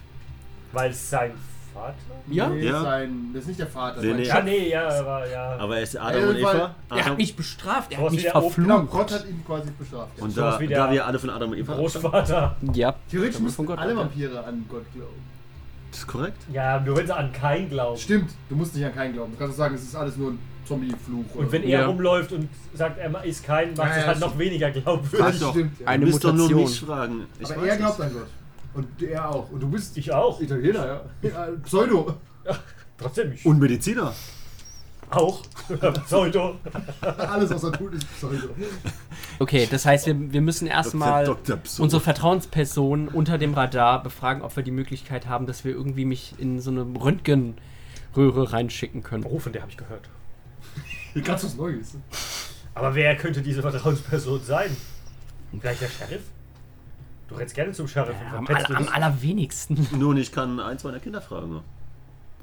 C: Weil es sein Vater?
D: Ja?
F: Nee,
E: Ja.
F: Sein, das ist nicht der Vater.
E: Nee,
F: sein
E: nee.
F: Schatten.
C: Ja, nee, ja, aber ja.
E: Aber er ist Adam
F: Ey,
E: und
F: Äh, weil-
E: Eva.
D: Er
E: Adam-
D: hat mich bestraft, er
C: Sowas
D: hat mich
C: wie Also der Open-
F: Genau,
D: verflucht.
F: Gott hat ihn quasi bestraft. Ja.
E: Und
C: sowas
E: da,
C: wie
E: da
C: der
E: wir alle von Adam und Eva abstammen.
C: Großvater.
D: Ja.
F: Theoretisch
D: Da muss
F: müssen
D: von Gott
F: alle
D: ab, ja.
F: Vampire an Gott glauben.
E: Das ist korrekt.
C: Ja, nur wenn sie an keinen glauben.
F: Stimmt, du musst nicht an keinen glauben. Du kannst doch sagen, es ist alles nur ein Zombie-Fluch.
C: Und wenn
F: ihr
C: er
D: Ja.
C: rumläuft und sagt, er ist kein, macht
F: Ja,
C: es
F: ja,
C: halt
F: stimmt.
C: noch weniger
E: Frag
C: glaubwürdig.
E: doch.
F: Stimmt, ja.
E: Du
D: Eine
E: müsst doch nur
D: Mutation.
E: mich fragen. Ich
F: Aber
E: weiß
F: er glaubt
E: nicht.
F: an Gott. Und er auch. Und du bist
C: Ich auch.
F: Italiener, ja. ja. Pseudo.
C: Trotzdem, ich
E: Und Mediziner.
D: [LAUGHS]
C: auch. Pseudo.
F: Alles, was er tut, ist Pseudo.
D: Okay, das heißt, wir, wir müssen erstmal
E: Dr. Pso.
D: unsere Vertrauensperson unter dem Radar befragen, ob wir die Möglichkeit haben, dass wir irgendwie mich in so eine Röntgenröhre reinschicken können.
C: Oh, von der habe ich gehört.
F: Ganz was Neues.
C: Aber wer könnte diese Vertrauensperson sein? Vielleicht der Sheriff? Du rennst gerne zum Sheriff
D: Ja,
C: und
D: am,
C: verpetzt
D: aller, am
C: dich.
D: allerwenigsten.
E: Nun, ich kann eins meiner Kinder fragen,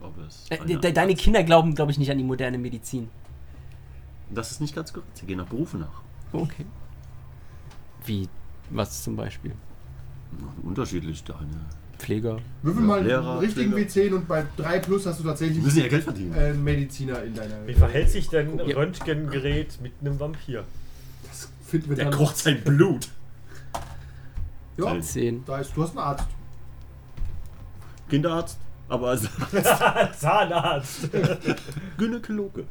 E: ob es.
C: Oh,
D: Äh,
E: eine-
D: de- Deine Kinder glauben, glaube ich, nicht an die moderne Medizin.
E: Das ist nicht ganz korrekt. Sie gehen nach Berufen nach.
D: Okay. Wie, was zum Beispiel?
E: Unterschiedlich. Der eine.
D: Pfleger.
F: Würfel
E: Ja,
F: mal
E: Lehrer,
F: einen richtigen W10 und bei 3 plus hast du
E: Wir
F: tatsächlich
E: müssen ja Geld verdienen.
F: einen Mediziner in deiner.
C: Wie verhält sich denn ein
D: Ja.
C: Röntgengerät mit einem Vampir?
F: Das finden wir
E: Der
C: [LAUGHS]
F: dann.
E: kocht sein Blut.
F: Ja,
G: Zell.
H: Zehn.
F: da ist, du hast einen Arzt.
E: Kinderarzt, aber als
C: Zahnarzt.
E: [LAUGHS] Gynäkologe.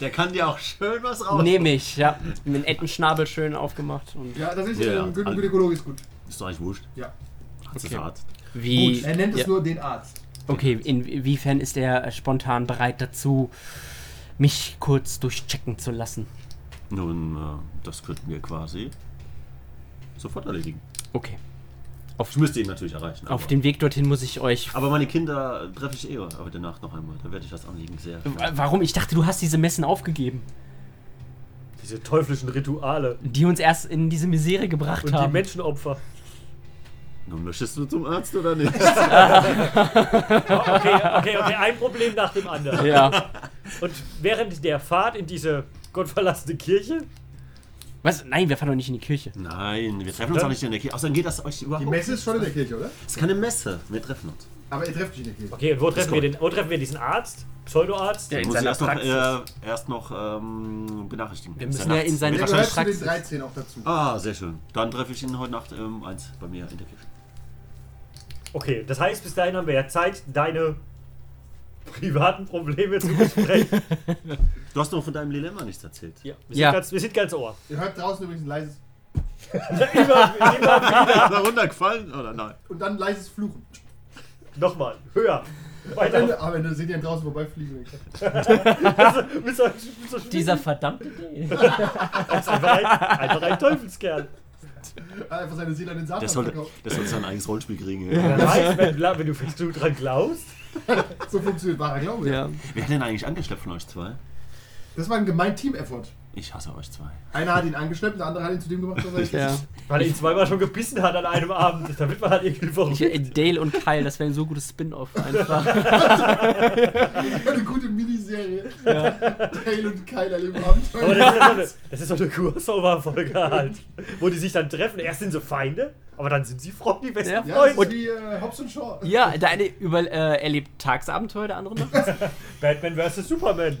G: Der kann dir auch schön was raus.
D: Nehme ich, ja. Mit dem Entenschnabel schön aufgemacht. Und
F: Ja, das ist
E: Ja,
F: ja,
E: ja.
F: ein Gyn Gynäkologe ist gut.
E: Ist doch eigentlich wurscht.
F: Ja.
E: Arzt
D: Okay.
E: ist Arzt.
D: wie.
F: Er nennt es
D: ja.
F: nur den Arzt.
D: Okay, inwiefern ist er äh, spontan bereit dazu, mich kurz durchchecken zu lassen?
E: Nun, äh, das könnten wir quasi sofort erledigen.
D: Okay.
E: Ich müsste ihn natürlich erreichen.
D: Auf
E: aber-
D: den Weg dorthin muss ich euch.
E: Aber meine Kinder treffe ich eh heute Nacht noch einmal. Da werde ich das Anliegen sehr.
D: W- Warum? Ich dachte, du hast diese Messen aufgegeben,
C: Diese teuflischen Rituale.
D: die uns erst in diese Misere gebracht
C: Und die
D: haben.
C: Menschenopfer.
E: Nun möchtest du zum Arzt
D: [LAUGHS]
E: oder nicht?
C: Oh, Okay, okay, okay, ein Problem nach dem anderen.
D: ja.
C: Und während der Fahrt in diese gottverlassene Kirche,
D: Was? Nein, wir fahren doch nicht in die Kirche.
E: Nein, wir treffen uns auch nicht in der Kirche. Außerdem geht das euch
F: Die
E: überhaupt nicht.
F: Messe ist schon in der Kirche, oder?
E: Es ist keine Messe. Wir treffen uns.
F: Oh. Aber ihr trefft dich in der Kirche.
C: okay, und wo treffen wir
E: gut.
C: den? Wo treffen wir diesen Arzt? Pseudoarzt?
E: Den
C: Ja.
G: in
E: muss
G: seiner
E: ich erst noch,
G: Praxis.
E: äh, erst noch ähm, benachrichtigen.
D: Wir
E: Ist
D: müssen
E: ja
D: ja
E: nachts.
D: in seine-
F: Der
E: Mittags-
F: gehört zu den
D: Praxis.
F: 13 auch dazu.
E: Ah, sehr schön. Dann treffe ich ihn heute Nacht um eins bei mir in der Kirche.
C: Okay, das heißt, bis dahin haben wir ja Zeit, deine privaten Probleme zu
D: [LAUGHS]
C: besprechen.
E: Du hast noch von deinem Dilemma nichts erzählt.
C: Ja, wir,
D: Ja.
C: Sind ganz, wir sind ganz ohr.
F: Ihr hört draußen übrigens ein leises
E: Ist er runtergefallen oder nein?
F: und dann ein leises Fluchen.
C: Nochmal, höher.
F: Am Ende,
C: Weiter.
F: am Ende seht ihr ihn draußen vorbeifliegen.
C: Mit so, mit so
D: Dieser verdammte Day.
C: einfach, ein, einfach ein Teufelskern.
F: Einfach seine Seele an den Satan
E: Der sollte,
F: verkauft.
E: der sollte sein eigenes Rollenspiel kriegen.
C: Wer
E: Ja.
C: weiß, wenn, wenn du fest dran glaubst.
F: So funktioniert wahrer Glaube.
D: Ja.
E: Wer hat denn eigentlich angeschleppt von euch zwei?
F: Das war ein gemein Team-Effort.
E: Ich hasse euch zwei.
F: Einer hat ihn angeschleppt, der andere hat ihn zu dem gemacht, was er ist.
D: ja.
C: Weil er ihn zweimal schon gebissen hat an einem Abend. Da wird man halt irgendwie
D: Ich,
C: verrückt.
D: äh, Dale und Kyle, das wäre ein so gutes Spin-off einfach.
F: [LAUGHS] Eine gute Miniserie. Dale und Kyle erleben Abenteuer.
C: Aber das ist, ja so eine, das ist so eine Crossover-Folge halt. Wo die sich dann treffen. Erst sind sie Feinde, aber dann sind sie Freunde, die besten
D: Ja.
F: ja, das
C: Freunde.
F: ist wie äh, Hobbs und Shaw.
D: ja, der eine über, äh, erlebt Tagsabenteuer, der andere Nacht.
C: Batman vs. Superman.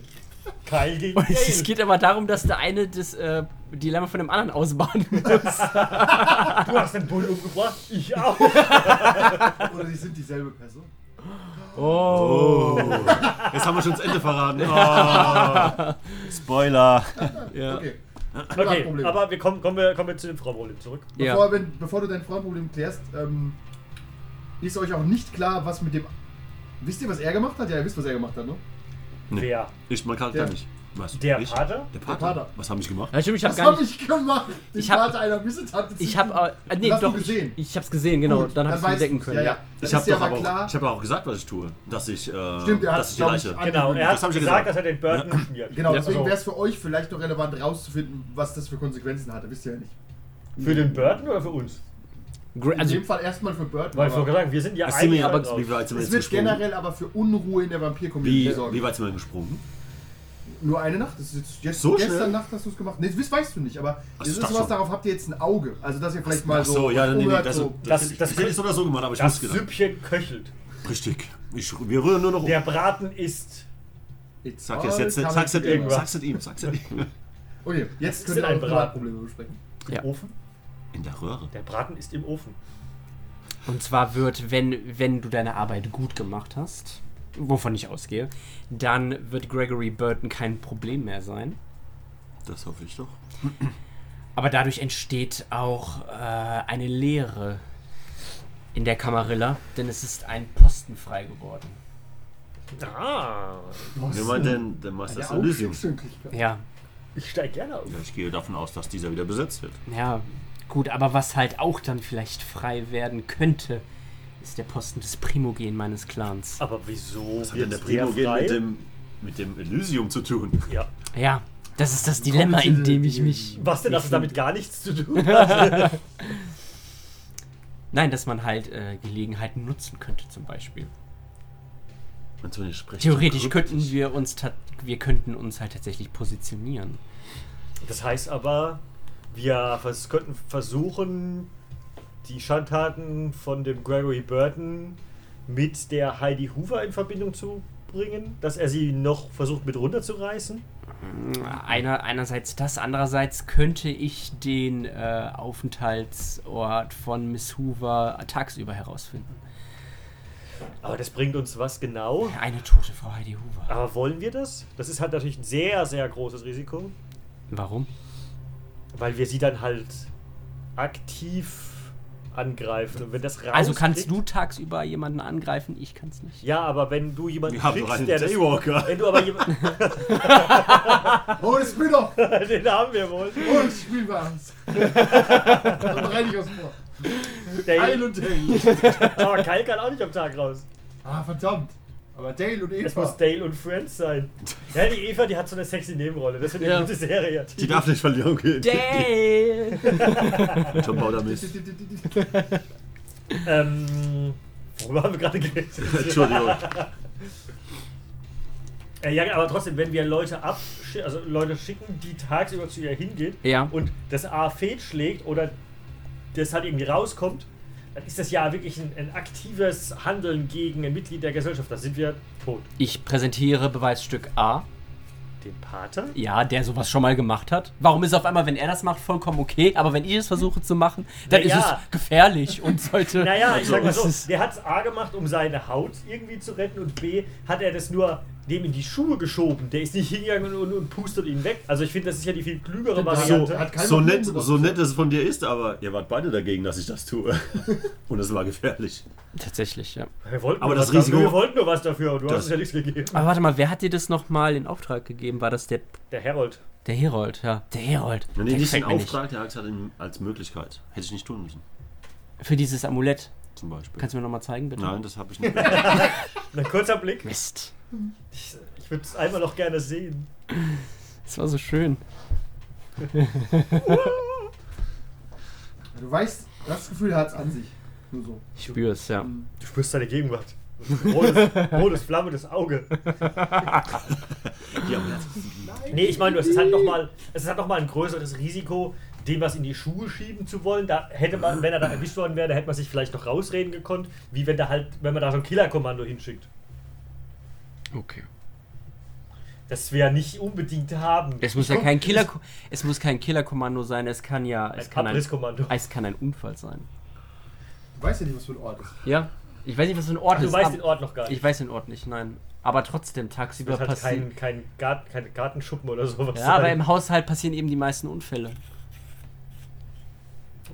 C: Kyle
F: Oh,
C: gegen
D: Und es, es
C: Dale.
D: geht aber darum, dass der eine das äh, Dilemma von dem anderen
F: [LAUGHS]
D: ausbaden muss.
C: Du hast den Bull umgebracht,
F: [LAUGHS]
C: ich auch.
F: Oder die sind dieselbe Person.
E: Oh. Jetzt haben wir schon das Ende verraten. Oh. Spoiler.
D: Ja.
F: Okay.
C: Okay,
F: Problem.
C: aber wir kommen, kommen, wir, kommen wir zu dem Frauenproblem zurück.
F: Bevor, wenn, bevor du dein Freundproblem klärst, ähm, ist euch auch nicht klar, was mit dem. Wisst ihr, was er gemacht hat? Ja, ihr wisst, was er gemacht hat, ne?
E: Nee.
C: Wer?
E: Ich mag halt
F: Der-
E: gar nicht. Was?
C: Der
E: ich?
C: Pater?
E: Der Pater.
F: Pater.
E: Was haben ich gemacht?
D: Ja, stimmt, ich habe
F: Was
D: gar
F: hab
D: nicht.
F: ich gemacht? Den
D: Ich hab-
F: Vater einer Missetat.
D: Ich habe. Äh, nee,
F: Hast du
D: doch. Ich,
F: gesehen?
D: ich hab's gesehen, genau. dann habe ich
F: weißt
D: entdecken
F: du's.
D: können.
F: Ja, ja. Das
E: Ich habe
F: ist ja
E: doch
F: mal
E: aber auch,
F: klar.
E: ich hab auch gesagt, was ich tue. Dass ich, äh,
F: Stimmt, er
E: dass
F: hat's,
E: ich die
F: glaub ich,
E: Leiche.
F: an-
C: Genau, er hat
E: Das hab
C: gesagt,
E: ich ja gesagt.
C: dass er den Burton schmiert.
F: Genau, deswegen
C: Also,
F: wäre es für euch vielleicht noch relevant rauszufinden, was das für Konsequenzen hatte. Wisst ihr ja nicht.
C: Für den Burton oder für uns?
D: Gra-
F: In
D: Also,
F: dem Fall erstmal für Burton.
C: Weil ich wollte
F: aber
C: sagen, wir sind ja
E: Was sind wir
C: eigentlich
E: aber,
C: halt
E: wie
C: drauf.
E: weit sind wir
F: es
E: jetzt
F: wird
E: gesprungen?
F: generell aber für Unruhe in der Vampir-Community
E: Wie, wie
F: sorgen.
E: weit sind wir denn gesprungen?
F: Nur eine Nacht? Das ist jetzt, jetzt
E: So
F: gestern
E: schnell?
F: Nacht hast du es gemacht. Nee, das weißt du nicht, aber
E: Ach,
F: es
E: ich
F: ist
E: dachte
F: sowas,
E: schon.
F: darauf habt ihr jetzt ein Auge. Also, dass ihr vielleicht mal
E: Ach
F: so.
E: so, ja, nee, nee,
F: umhört,
E: das,
F: so-
E: das,
C: Das-
E: das,
C: das-
E: ich hätte es oder so gemacht, aber ich
C: Das
E: wusste genau.
C: Süppchen köchelt.
E: Richtig. Ich, wir rühren nur noch um.
C: Der Braten ist.
F: It's
E: Sag es
F: all
E: jetzt,
F: coming
E: sag's es ihm,
F: together.
C: irgendwas.
E: sag's es ihm, sag's es [LAUGHS] ihm.
F: Okay, jetzt
C: ist
F: könnt ihr
C: denn ein
F: eure
C: Braten?
F: Privatprobleme besprechen.
C: Im
D: Ja.
C: Ofen?
E: In der Röhre.
C: Der Braten ist im Ofen.
D: und zwar wird, wenn, wenn du deine Arbeit gut gemacht hast, wovon ich ausgehe, dann wird Gregory Burton kein Problem mehr sein.
E: Das hoffe ich doch.
D: Aber dadurch entsteht auch äh, eine Leere in der Kamarilla, denn es ist ein Posten frei geworden.
C: Ah,
E: Wer meint denn, der Master
F: Der
E: ja, Elysium?
F: Aufstiegsmöglichkeit.
D: Ja,
C: ich steig gerne auf.
E: Ja, ich gehe davon aus, dass dieser wieder besetzt wird.
D: ja, gut, aber was halt auch dann vielleicht frei werden könnte, ist der Posten des Primogen meines Clans.
C: Aber wieso?
E: Was hat denn der Primo
C: frei?
E: mit dem, mit dem Elysium zu tun?
C: Ja.
D: Ja, das ist das Dilemma, in dem ich mich.
C: Was denn, dass es
D: Ich-
C: damit gar nichts zu tun
E: [LAUGHS]
C: hat?
D: Nein, dass man halt äh, Gelegenheiten nutzen könnte, zum Beispiel.
E: Antonio spricht.
D: Theoretisch
E: so
D: könnten wir uns tat- wir könnten uns halt tatsächlich positionieren.
C: das heißt aber, wir vers könnten versuchen, die Schandtaten von dem Gregory Burton mit der Heidi Hoover in Verbindung zu bringen, dass er sie noch versucht mit runterzureißen?
D: Einer, einerseits das, andererseits könnte ich den äh, Aufenthaltsort von Miss Hoover tagsüber herausfinden.
C: Aber das bringt uns was genau?
D: Eine tote Frau Heidi Hoover.
C: Aber wollen wir das? Das ist halt natürlich ein sehr, sehr großes Risiko,
D: Warum?
C: weil wir sie dann halt aktiv angreifen. Und wenn das rauskriegt,
D: Also kannst du tagsüber jemanden angreifen, ich kann's
C: [LAUGHS]
D: nicht.
C: Ja, aber wenn du jemanden
I: Wir haben doch
C: kriegst,
I: einen
C: der das...
I: Daywalker.
C: Wenn du aber jemanden...
F: Oh, das bin doch!
C: [LAUGHS] den haben wir wohl.
F: Und Spielbares! [LAUGHS] Dann rein ich aus dem Ohr. Dale
C: Dale,
F: und Dale.
C: aber Kyle kann auch nicht am Tag raus.
F: Ah, verdammt. Aber Dale und
C: Es muss
F: Eva.
C: Dale und Friends sein. Ja, die Eva, die hat so eine sexy Nebenrolle. Das finde ich
D: Ja.
C: eine gute Serie.
I: Die darf nicht verlieren gehen.
D: Dale!
I: Tom Bauder Mist.
C: Ähm, worüber haben wir gerade geredet?
I: Entschuldigung.
C: Äh, ja, aber trotzdem, wenn wir Leute absch also Leute schicken, die tagsüber zu ihr hingeht
D: [LAUGHS] Ja.
C: und das A fehlschlägt oder das halt irgendwie rauskommt, dann ist das ja wirklich ein, ein aktives Handeln gegen ein Mitglied der Gesellschaft. Da sind wir tot.
D: Ich präsentiere Beweisstück A.
C: Den Pater?
D: Ja, der sowas schon mal gemacht hat. Warum ist auf einmal, wenn er das macht, vollkommen okay, aber wenn ich es versuche zu machen, dann
C: Na ja.
D: ist es gefährlich und sollte.
C: Naja, ich sag mal
D: Also, Es
C: so,
D: ist-
C: der hat es A gemacht, um seine Haut irgendwie zu retten und B hat er das nur dem in die Schuhe geschoben. Der ist nicht hingegangen und, und pustet ihn weg. Also ich finde, das ist ja die viel klügere
I: So,
C: Variante.
F: Hat keiner
I: so,
F: Blumen
I: nett,
F: gemacht.
I: so nett es von dir ist, aber ihr wart beide dagegen, dass ich das tue. [LAUGHS] Und es war gefährlich.
D: Tatsächlich, ja.
C: Wir wollten
I: Aber
C: nur
I: das
C: was dafür.
I: Risiko-
C: Wir wollten nur was dafür und du hast
I: Das-
C: uns ja nichts gegeben.
D: Aber warte mal, wer hat dir das nochmal in Auftrag gegeben? War das der,
C: Der Herold.
D: der Herold? Ja, der Herold.
I: Wenn
D: Der
I: ihr nicht den
D: gefällt mir
I: Auftrag, der Axt hat ihn als Möglichkeit. Hätte ich nicht tun müssen,
D: nicht. Für dieses Amulett.
I: zum Beispiel.
D: Kannst du mir nochmal zeigen, bitte?
I: Nein, das habe ich [LAUGHS] nicht.
C: Ein kurzer Blick.
D: Mist.
C: Ich, ich würde es einmal noch gerne sehen.
D: Das war so schön.
F: Du weißt, das Gefühl hat's an sich. Nur so.
D: Ich spür's, ja.
C: Du spürst seine Gegenwart. Rotes, rotes flammendes Auge.
I: Die haben jetzt-
C: Nee, ich meine, es ist halt nochmal noch mal ein größeres Risiko, dem was in die Schuhe schieben zu wollen. Da hätte man, wenn er da erwischt worden wäre, da hätte man sich vielleicht noch rausreden gekonnt, wie wenn da halt, wenn man da so ein Killerkommando hinschickt.
D: Okay.
C: Das wir ja nicht unbedingt haben.
D: Es muss ja kein Killer, es muss kein Killerkommando sein. Es kann ja, es
C: ein
D: kann ein,
C: Abrisskommando.
D: es kann ein Unfall sein.
F: Du weißt ja nicht, was für ein Ort ist.
D: Ja. Ich weiß nicht, was für ein Ort
C: Du
D: ist.
C: weißt
D: aber-
C: den Ort noch gar nicht. halt
D: Ich weiß den Ort nicht, nein. Aber trotzdem tagsüber
C: Das hat
D: passieren.
C: kein, kein Garten, keine Gartenschuppen oder sowas.
D: Ja, aber
C: sein.
D: im Haushalt passieren eben die meisten Unfälle.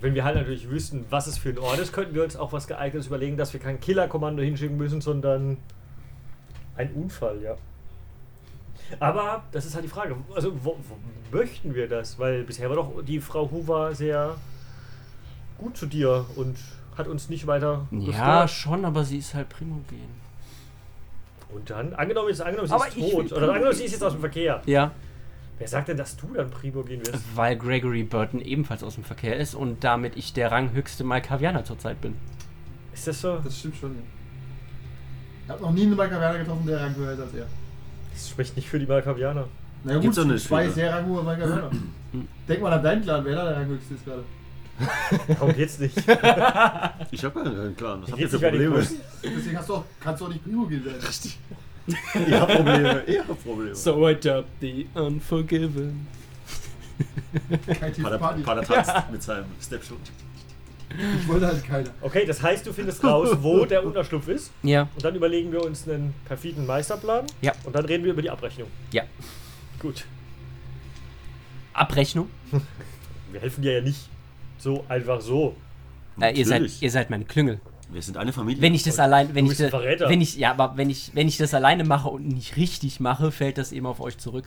C: Wenn wir halt natürlich wüssten, was es für ein Ort ist, könnten wir uns auch was geeignetes überlegen, dass wir kein Killerkommando hinschicken müssen, sondern ein Unfall, ja. Aber das ist halt die Frage. Also, wo, wo möchten wir das? Weil bisher war doch die Frau Hoover sehr gut zu dir und hat uns nicht weiter
D: Ja,
C: gestört.
D: schon, aber sie ist halt primogen.
C: Und dann, angenommen, jetzt, angenommen sie
D: Aber
C: ist
D: ich will
C: tot. Oder
D: Primo
C: angenommen, sie ist jetzt aus dem Verkehr.
D: Ja,
C: Wer sagt denn, dass du dann Primo gehen wirst?
D: weil Gregory Burton ebenfalls aus dem Verkehr ist und damit ich der ranghöchste Malkavianer zurzeit bin.
C: Ist das so?
F: Das stimmt schon, ja. Ich hab noch nie einen Malkavianer getroffen, der Rang höher ist als er.
C: Das spricht nicht für die Malkavianer.
F: Na ja, gut,
I: Gibt's doch nicht
F: zwei
I: viele.
F: sehr ranghohe Malkavianer. Denk mal an deinen Clan, wer da der ranghöchste ist gerade.
C: Darum geht's nicht.
I: Ich habe keinen Plan. Was habt ihr
C: Geht's
I: für
C: nicht mehr die
I: Probleme?
C: Kosten?
F: Deswegen hast du auch, kannst du auch nicht Primo gehen werden.
I: Richtig. [LAUGHS] Ihr habt Probleme. Ihr habt Probleme.
D: So I dub the unforgiven.
F: Kein Team
I: Pater,
F: Party.
I: Pater tanzt mit seinem Snapshot.
F: Ich wollte halt keiner.
C: Okay, das heißt, du findest raus, wo der Unterschlupf ist.
D: Ja.
C: Und dann überlegen wir uns einen perfiden Meisterplan.
D: Ja.
C: Und dann reden wir über die Abrechnung.
D: Ja.
C: Gut.
D: Abrechnung.
C: Wir helfen dir ja nicht so einfach so.
D: Äh, ihr, seid,
I: Natürlich.
D: ihr seid meine Klüngel.
I: Wir sind eine Familie.
D: Wenn ich das allein, wenn
C: Du
D: ich
C: bist ein
D: da-
C: Verräter.
D: äh, wenn ich ja, aber wenn ich wenn ich das alleine mache und nicht richtig mache, fällt das eben auf euch zurück.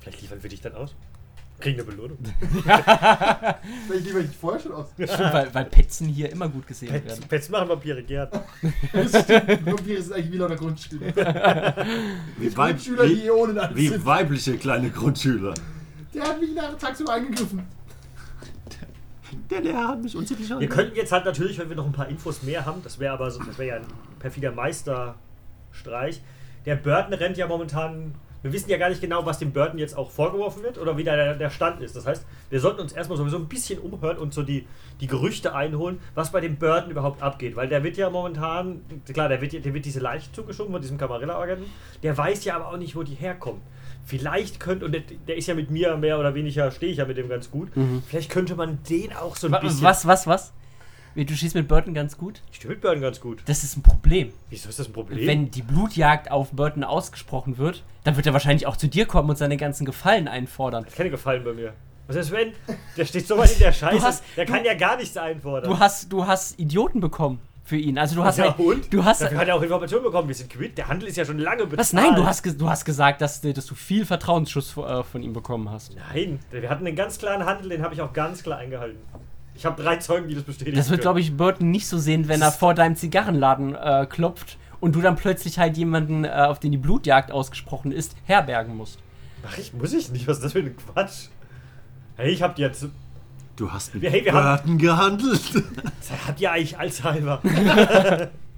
C: Vielleicht liefern wir dich dann aus. Kriegen eine
D: [LAUGHS]
C: Belohnung.
F: Vielleicht lieber ich vorher schon aus.
D: Stimmt, weil, weil Petzen hier immer gut gesehen
C: Pets,
D: werden.
C: Pets machen Vampire gern.
F: Vampire sind eigentlich wie lauter Grundschüler. [LAUGHS]
I: wie, weib
F: Grundschüler, die
I: wie,
F: eh ohne alles
I: wie
F: sind.
I: weibliche kleine Grundschüler.
F: Der hat mich nach tagsüber angegriffen.
I: Der Lehrer hat mich unsichtlich
C: Wir
I: angehört.
C: könnten jetzt halt natürlich, wenn wir noch ein paar Infos mehr haben, das wäre aber so, das wäre ja ein perfider Meisterstreich. Der Burton rennt ja momentan wir wissen ja gar nicht genau, was dem Burton jetzt auch vorgeworfen wird oder wie da der, der Stand ist. Das heißt, wir sollten uns erstmal sowieso ein bisschen umhören und so die, die Gerüchte einholen, was bei dem Burton überhaupt abgeht. Weil der wird ja momentan, klar, der wird, der wird diese Leiche zugeschoben von diesem Camarilla-Agenten. Der weiß ja aber auch nicht, wo die herkommt. Vielleicht könnte, und der, der ist ja mit mir mehr oder weniger, stehe ich ja mit dem ganz gut, vielleicht könnte man den auch so ein bisschen...
D: Was, was, was? Wie, Du schießt mit Burton ganz gut?
C: Ich stehe mit Burton ganz gut.
D: Das ist ein Problem.
C: Wieso ist das ein Problem?
D: Wenn die Blutjagd auf Burton ausgesprochen wird, dann wird er wahrscheinlich auch zu dir kommen und seine ganzen Gefallen einfordern.
C: Keine Gefallen bei mir. Was ist wenn? Der steht so weit in der Scheiße.
D: hast-
C: der
D: [LAUGHS] du-
C: kann ja gar nichts einfordern.
D: Du hast, du hast Idioten bekommen für ihn. Also du hast,
C: ja, Ah.
D: halt-
C: und?
D: du hast,
C: Dafür hat er auch Informationen bekommen. Wir sind quitt. Der Handel ist ja schon lange bezahlt.
D: was? Nein, du hast, ge- du hast gesagt, dass, du- dass du viel Vertrauensschuss vo- äh, von ihm bekommen hast.
C: Nein, wir hatten einen ganz klaren Handel, den habe ich auch ganz klar eingehalten. Ich habe drei Zeugen, die das bestätigen.
D: Das wird,
C: können.
D: glaube ich, Burton nicht so sehen, wenn er vor deinem Zigarrenladen äh, klopft und du dann plötzlich halt jemanden, äh, auf den die Blutjagd ausgesprochen ist, herbergen musst.
C: Mach ich, muss ich nicht. Was ist das für ein Quatsch? Hey, ich hab dir jetzt.
I: Du hast mit
C: Hey, wir haben-
I: Burton gehandelt.
C: Habt ihr eigentlich Alzheimer?